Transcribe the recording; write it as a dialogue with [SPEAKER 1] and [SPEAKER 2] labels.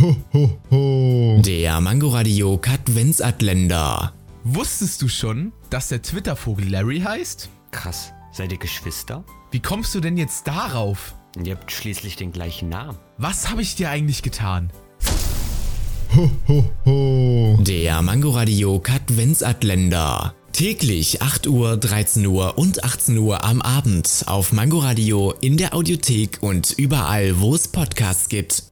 [SPEAKER 1] Ho, ho, ho.
[SPEAKER 2] Der Mangoradio Katwensatländer.
[SPEAKER 3] Wusstest du schon, dass der Twitter-Vogel Larry heißt?
[SPEAKER 4] Krass. Seid ihr Geschwister?
[SPEAKER 3] Wie kommst du denn jetzt darauf?
[SPEAKER 4] Ihr habt schließlich den gleichen Namen.
[SPEAKER 3] Was habe ich dir eigentlich getan?
[SPEAKER 1] Ho, ho, ho.
[SPEAKER 2] Der Mangoradio Katwensatländer. Täglich 8 Uhr, 13 Uhr und 18 Uhr am Abend auf Mangoradio in der Audiothek und überall, wo es Podcasts gibt.